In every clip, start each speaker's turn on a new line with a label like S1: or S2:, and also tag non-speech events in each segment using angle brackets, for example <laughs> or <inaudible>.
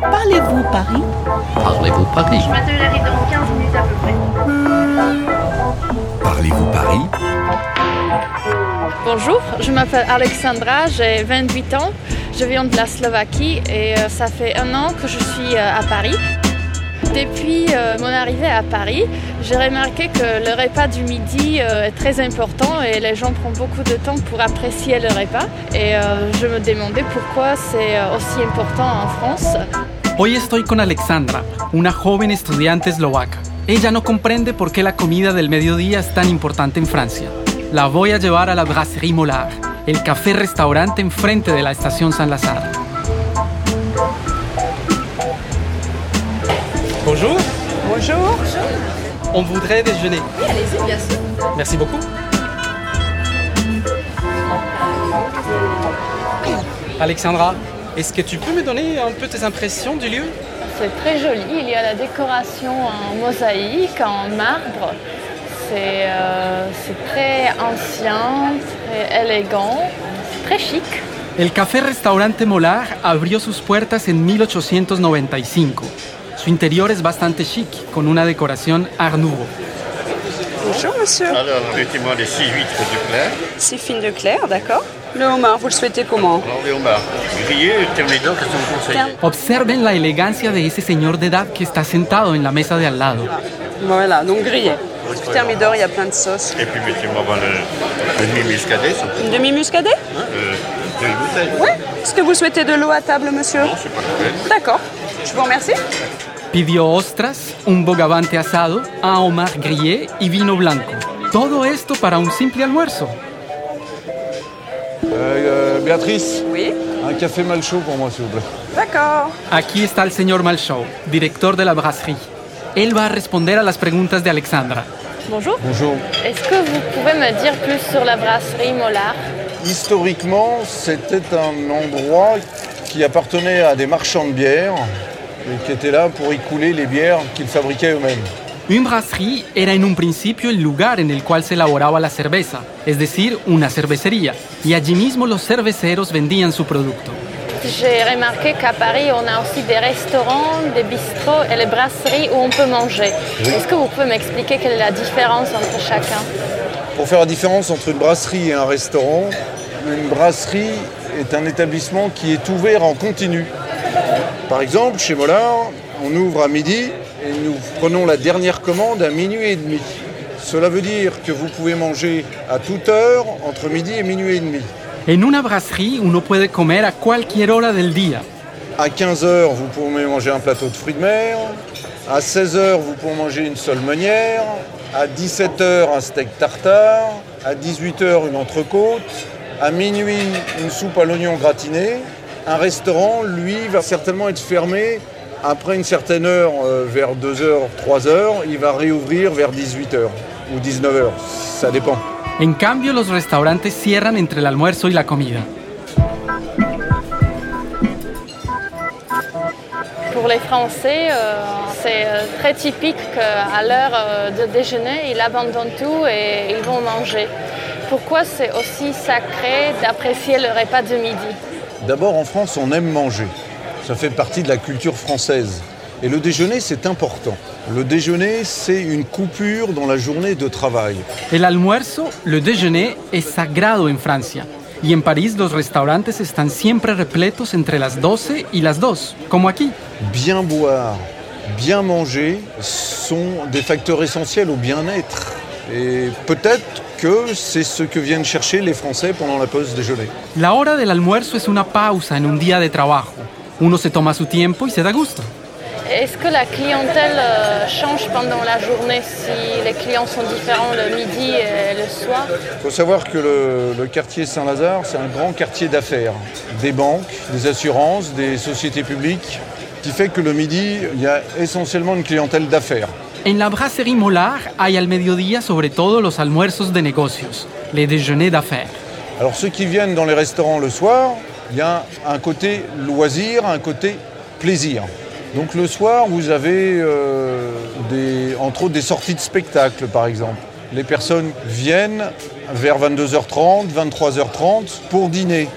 S1: Parlez-vous Paris
S2: Parlez-vous Paris
S3: Je m'attelle arrive dans 15 minutes à peu près.
S4: Parlez-vous Paris
S5: Bonjour, je m'appelle Alexandra, j'ai 28 ans, je viens de la Slovaquie et euh, ça fait un an que je suis euh, à Paris. Depuis euh, mon arrivée à Paris, j'ai remarqué que le repas du midi euh, est très important et les gens prennent beaucoup de temps pour apprécier le repas. Et euh, je me demandais pourquoi c'est euh, aussi important en France.
S6: Hoy estoy con Alexandra, una joven estudiante eslovaca. Ella no comprende por qué la comida del mediodía es tan importante en Francia. La voy a llevar a la Brasserie Molar, el café restaurante enfrente de la estación San Lazare. Bonjour. Bonjour. On voudrait déjeuner. Oui, allez-y, bien sûr. Merci beaucoup. Alexandra, est-ce que tu peux me donner un peu tes impressions du lieu
S5: C'est très joli, il y a la décoration en mosaïque, en marbre. C'est euh, c'est très ancien, très élégant, très chic.
S6: El café restaurante Molar abrió sus puertas en 1895. Su interior es bastante chic, con una decoración Art Nouveau.
S7: Bonjour monsieur,
S8: Alors, mettez-moi les 6 huîtres de clair.
S7: c'est Fine de Claire, d'accord Le homard, vous le souhaitez comment
S8: Alors, les homards grillés, Thermidor, qu'est-ce que vous conseillez
S6: Observen la elegancia de ese señor de edad que está sentado en la mesa de al lado.
S7: Voilà, donc grillé. Thermidor, il y a plein de sauces.
S8: Et puis, mettez-moi ben, le, le demi-muscadet, ça
S7: Une demi-muscadet
S8: euh, deux bouteilles.
S7: Oui. Est-ce que vous souhaitez de l'eau à table monsieur
S8: Non, c'est pas la peine.
S7: D'accord, je vous remercie.
S6: Pidió ostras, un bogavante asado, a Omar grillé y vino blanco. Todo esto para un simple almuerzo.
S9: Euh, euh, Béatrice,
S7: Oui,
S9: un café mal chaud pour moi, s'il vous plaît.
S7: d'accord.
S6: Aquí está el señor Malshaw, director de la brasserie. Él va a responder a las preguntas de Alexandra.
S5: Bonjour,
S9: Bonjour.
S5: est-ce que vous pouvez me dire plus sur la brasserie Mollard
S9: Historiquement, c'était un endroit qui appartenait à des marchands de bière et qui était là pour y couler les bières qu'ils fabriquaient eux-mêmes.
S6: Un brasserie era en un principio el lugar en el cual se elaboraba la cerveza, es decir, una cervecería, y allí mismo los cerveceros vendían su producto.
S5: J'ai remarqué qu'à Paris, on a aussi des restaurants, des bistrots et les brasseries où on peut manger. Est-ce que vous pouvez m'expliquer quelle est la différence entre chacun
S9: Pour faire la différence entre une brasserie et un restaurant, une brasserie est un établissement qui est ouvert en continu. Par exemple, chez Mollard, on ouvre à midi et nous prenons la dernière commande à minuit et demi. Cela veut dire que vous pouvez manger à toute heure entre midi et minuit et demi.
S6: En una brasserie uno puede comer a cualquier hora del día.
S9: À 15h, vous pouvez manger un plateau de fruits de mer. À 16h, vous pouvez manger une seule meunière. À 17h, un steak tartare. À 18h, une entrecôte. À minuit, une soupe à l'oignon gratiné. Un restaurant, lui, va certainement être fermé après une certaine heure, euh, vers 2h, 3h. Il va réouvrir vers 18h ou 19h. Ça dépend.
S6: En cambio, los restaurantes cierran entre el almuerzo y la comida.
S5: Pour les Français, euh, c'est euh, très typique qu'à l'heure euh, de déjeuner, ils abandonnent tout et ils vont manger. Pourquoi c'est aussi sacré d'apprécier le repas de midi
S9: D'abord, en France, on aime manger. Ça fait partie de la culture française. Et le déjeuner, c'est important. Le déjeuner, c'est une coupure dans la journée de travail.
S6: El almuerzo, le déjeuner, es sagrado en Francia. Y en París los restaurantes están siempre repletos entre las 12 y las 2, como aquí.
S9: Bien boire, bien manger sont des facteurs essentiels au bien-être. Et peut-être que c'est ce que viennent chercher les Français pendant la pause déjeuner.
S6: La hora del almuerzo es una pausa en un día de trabajo. Uno se toma su tiempo y se da gusto.
S5: Est-ce que la clientèle euh, change pendant la journée si les clients sont différents le midi et le soir
S9: Il faut savoir que le, le quartier Saint-Lazare, c'est un grand quartier d'affaires. Des banques, des assurances, des sociétés publiques, qui fait que le midi, il y a essentiellement une clientèle d'affaires.
S6: En la brasserie Molar hay al mediodía sobre todo los almuerzos de negocios, les déjeuners d'affaires.
S9: Alors ceux qui viennent dans les restaurants le soir, il y a un côté loisir, un côté plaisir. Donc le soir, vous avez euh, des- entre autres des sorties de spectacle, par exemple. Les personnes viennent vers 22h30, 23h30 pour dîner,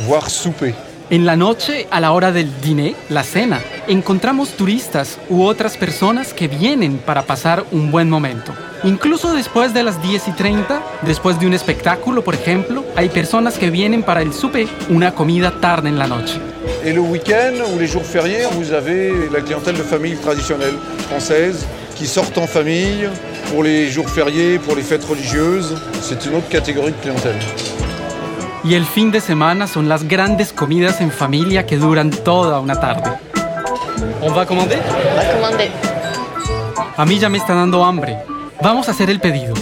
S9: voire souper.
S6: En la noche, a la hora del dîner, la cena, encontramos turistas u otras personas que vienen para pasar un buen momento. Incluso después de las 10 y 30, después de un espectáculo, por ejemplo, hay personas que vienen para el souper, una comida tarde en la noche.
S9: Et le week-end ou les jours fériés, vous avez la clientèle de famille traditionnelle française qui sortent en famille pour les jours fériés, pour les fêtes religieuses. C'est une autre catégorie de clientèle.
S6: Y el fin de semana son las grandes comidas en familia que duran toda una tarde. On va commander?
S5: Commander.
S6: A mí ya me está dando hambre. Vamos a hacer el pedido.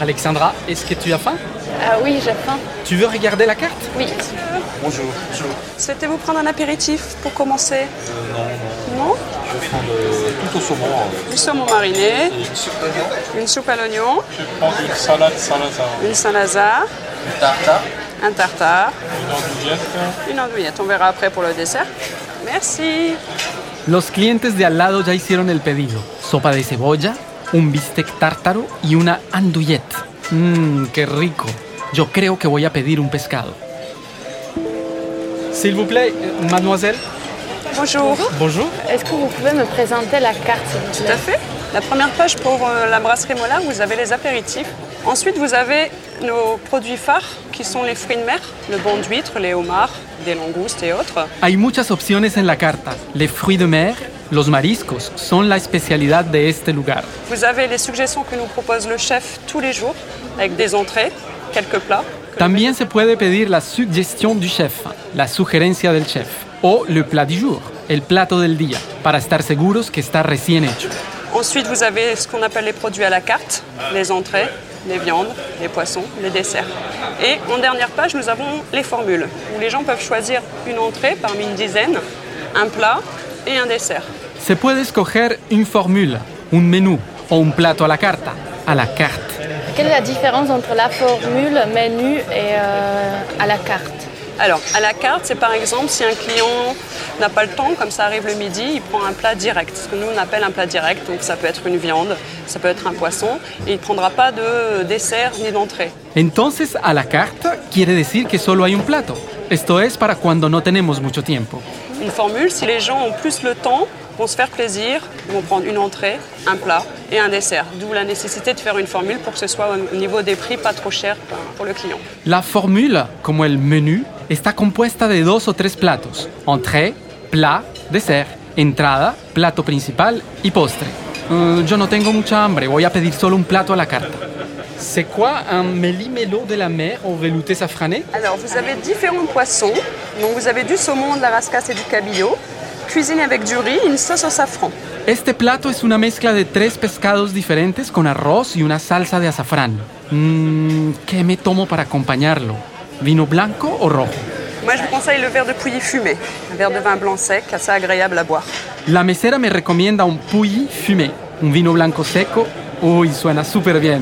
S6: Alexandra, est-ce que tu as faim?
S5: Ah oui, j'ai faim.
S6: Tu veux regarder la carte?
S5: Oui.
S9: Bonjour.
S7: Souhaitez-vous prendre un apéritif pour commencer
S1: Euh,
S7: Non. Non
S1: Tout au saumon. hein.
S7: Du saumon mariné, une soupe à l'oignon,
S1: Je prends une salade salazar,
S7: une Saint-Lazare,
S1: tartare,
S7: un tartare,
S1: une andouillette.
S7: une andouillette. On verra après pour le dessert. Merci.
S6: Los clientes de al lado ya hicieron el pedido. Sopa de cebolla, un bistec tártaro y una andouillette. Mmm, qué rico. Yo creo que voy a pedir un pescado. S'il vous plaît, euh, mademoiselle.
S7: Bonjour.
S6: Bonjour.
S5: Est-ce que vous pouvez me présenter la carte s'il vous
S7: Tout à
S5: plaît
S7: fait. La première page pour euh, la brasserie Mollard, vous avez les apéritifs. Ensuite, vous avez nos produits phares qui sont les fruits de mer, le banc d'huîtres, les homards, des langoustes et autres.
S6: Hay muchas opciones en la carta. Les fruits de mer, los mariscos, son la especialidad de este lugar.
S7: Vous avez les suggestions que nous propose le chef tous les jours, avec des entrées, quelques plats. que-
S6: También se puede pedir la suggestion du chef, la sugerencia del chef, o le plat du jour, el plato del día, para estar seguros que está recién hecho.
S7: Ensuite, vous avez ce qu'on appelle les produits à la carte, les entrées, les viandes, les poissons, les desserts. Et en dernière page, nous avons les formules, où les gens peuvent choisir une entrée parmi une dizaine, un plat et un dessert.
S6: Se puede escoger una fórmula, un menú o un plato a la carta, a la carte.
S5: Quelle est la différence entre la formule menu et euh, à la carte
S7: Alors, à la carte, c'est par exemple si un client n'a pas le temps, comme ça arrive le midi, il prend un plat direct, ce que nous on appelle un plat direct, donc ça peut être une viande, ça peut être un poisson, et il ne prendra pas de dessert ni d'entrée.
S6: Entonces, a la carta quiere decir que solo hay un plato. Esto es para cuando no tenemos mucho tiempo.
S7: Une formule, si les gens ont plus le temps, vont se faire plaisir, ils vont prendre une entrée, un plat et un dessert. D'où la nécessité de faire une formule pour que ce soit au niveau des prix pas trop cher euh, pour le client.
S6: La fórmula, como el menú, está compuesta de dos o tres platos: entrée, plat, dessert, entrada, plato principal y postre. Eh, yo no tengo mucha hambre, voy a pedir solo un plato a la carta. C'est quoi un méli-mélo de la mer en velouté safrané?
S7: Alors, vous avez différents poissons. Donc, vous avez du saumon, de la rascasse et du cabillaud. Cuisine avec du riz, une sauce au safran.
S6: Este plato es una mezcla de tres pescados diferentes con arroz y una salsa de azafrán. Mmm, ¿qué me tomo para acompañarlo? ¿Vino blanco o rojo?
S7: Moi, je vous conseille le verre de pouilly fumé, un verre de vin blanc sec, assez agréable à boire.
S6: La mesera me recomienda un pouilly fumé, un vino blanco seco. Uy, suena súper bien.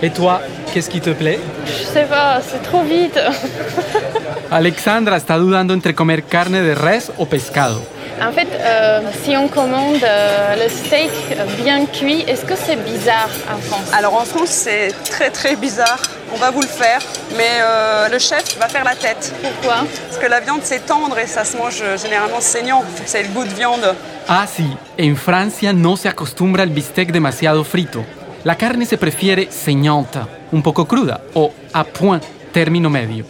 S6: ¿Y ah, toi, qu'est-ce qui te plaît?
S5: Je sais pas, c'est trop vite. <laughs>
S6: Alexandra está dudando entre comer carne de res o pescado.
S5: En fait, euh, si on commande euh, le steak euh, bien cuit, est-ce que c'est bizarre en France
S7: Alors, en France, c'est très très bizarre. On va vous le faire, mais euh, le chef va faire la tête.
S5: Pourquoi
S7: Parce que la viande, c'est tendre et ça se mange euh, généralement saignant. C'est le goût de viande.
S6: Ah, sí, en Francia no se acostumbra el bistec demasiado frito. La carne se prefiere ceñonta, un poco cruda o a point, término medio.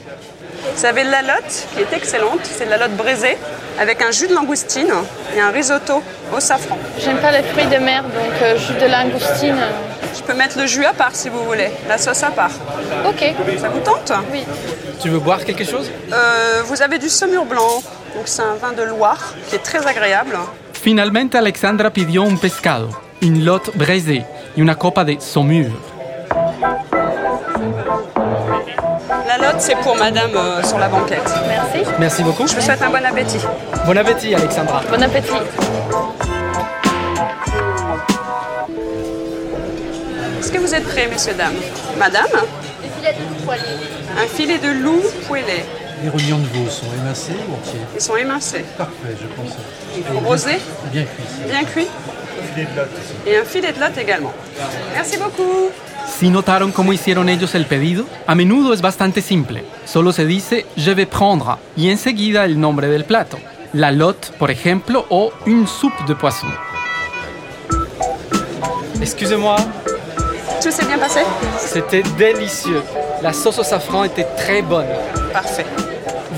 S7: Vous avez de la lotte qui est excellente. C'est de la lotte braisée avec un jus de langoustine et un risotto au safran.
S5: J'aime pas les fruits de mer, donc euh, jus de langoustine. euh.
S7: Je peux mettre le jus à part si vous voulez, la sauce à part.
S5: Ok,
S7: Ça vous tente
S5: oui.
S6: Tu veux boire quelque chose?
S7: Euh, Vous avez du saumur blanc. Donc, c'est un vin de Loire qui est très agréable.
S6: Finalmente Alexandra pidió un pescado, un lot braisé y una copa de saumur.
S7: La lotte, c'est pour madame euh, sur la banquette.
S5: Merci.
S6: Merci beaucoup.
S7: Je vous souhaite un bon appétit.
S6: Bon appétit Alexandra.
S5: Bon appétit.
S7: Est-ce que vous êtes prêts, messieurs, dames Madame Un filet de loup poêlé.
S1: Les rognons de veau sont émincés ou entiers
S7: Ils sont émincés.
S1: Parfait, je pense.
S7: Rosé,
S1: Bien cuit.
S7: bien cuit. Et un filet de lotte également. Merci beaucoup.
S6: Si notaron cómo hicieron ellos el pedido, a menudo es bastante simple. Solo se dice je vais prendre y enseguida el nombre del plato. La lotte, por ejemplo, o une soupe de poisson.
S2: Excusez-moi,
S7: Tout s'est bien passé
S2: c'était délicieux. La sauce au safran était très bonne.
S7: Parfait.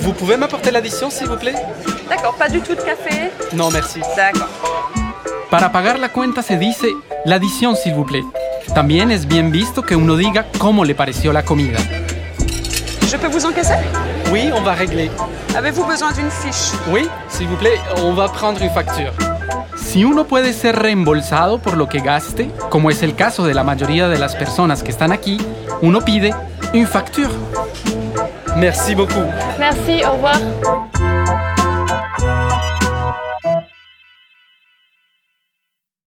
S2: Vous pouvez m'apporter l'addition, s'il vous plaît
S7: D'accord, pas du tout de café
S2: Non, merci.
S7: D'accord.
S6: Para pagar la cuenta se dice la adición, s'il vous plaît. También es bien visto que uno diga cómo le pareció la comida.
S7: Je peux vous encaisser
S2: Oui, on va régler.
S7: Avez-vous besoin d'une fiche
S2: Oui, s'il vous plaît, on va prendre une facture.
S6: Si uno puede ser reembolsado por lo que gaste, como es el caso de la mayoría de las personas que están aquí, uno pide une facture.
S2: Merci beaucoup.
S5: Merci, au revoir.